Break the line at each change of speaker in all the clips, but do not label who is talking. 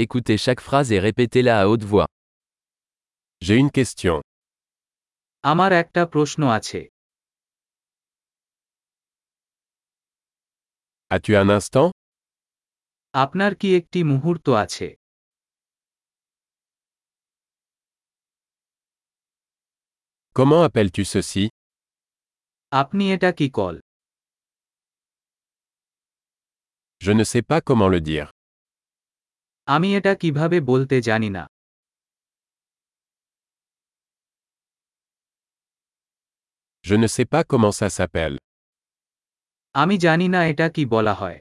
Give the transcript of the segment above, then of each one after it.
Écoutez chaque phrase et répétez-la à haute voix.
J'ai une question.
আমার একটা প্রশ্ন আছে
As-tu un instant
আপনার কি একটি মুহূর্ত আছে
Comment appelles-tu ceci
আপনি এটা কি কল
Je ne sais pas comment le dire.
আমি এটা কিভাবে বলতে জানি না
Je ne sais pas comment ça s'appelle.
আমি জানি না এটা কি বলা হয়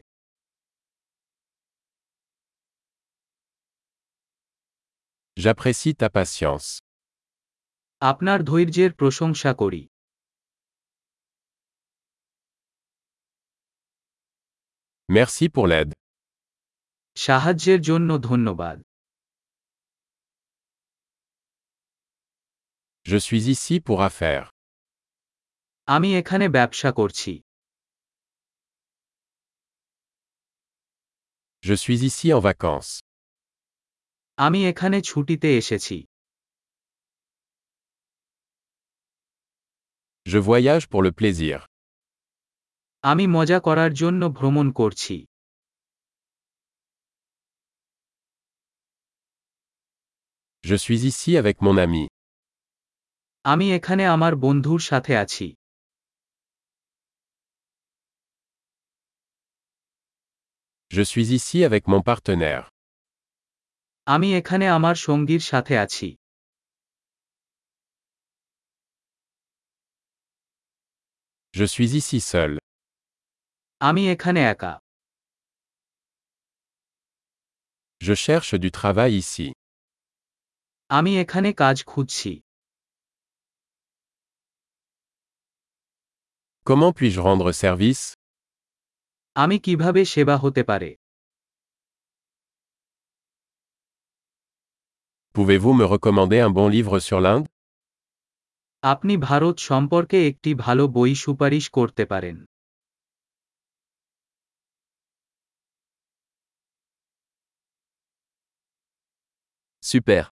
J'apprécie ta patience.
আপনার ধৈর্যের প্রশংসা করি
Merci pour l'aide.
সাহায্যের জন্য ধন্যবাদ
Je suis ici pour affaires.
আমি এখানে ব্যবসা করছি
Je suis ici en vacances.
আমি এখানে ছুটিতে এসেছি
Je voyage pour le plaisir.
আমি মজা করার জন্য ভ্রমণ করছি
Je suis ici avec mon ami.
আমি এখানে আমার বন্ধুর সাথে আছি
Je suis ici avec mon partenaire.
আমি এখানে আমার সঙ্গীর সাথে আছি
Je suis ici seul.
আমি এখানে একা
Je cherche du travail ici.
আমি এখানে কাজ খুঁজছি
Comment puis-je rendre service
আমি কিভাবে সেবা হতে পারে
Pouvez-vous me recommander un bon livre sur l'Inde
আপনি ভারত সম্পর্কে একটি ভালো বই সুপারিশ করতে পারেন
Super.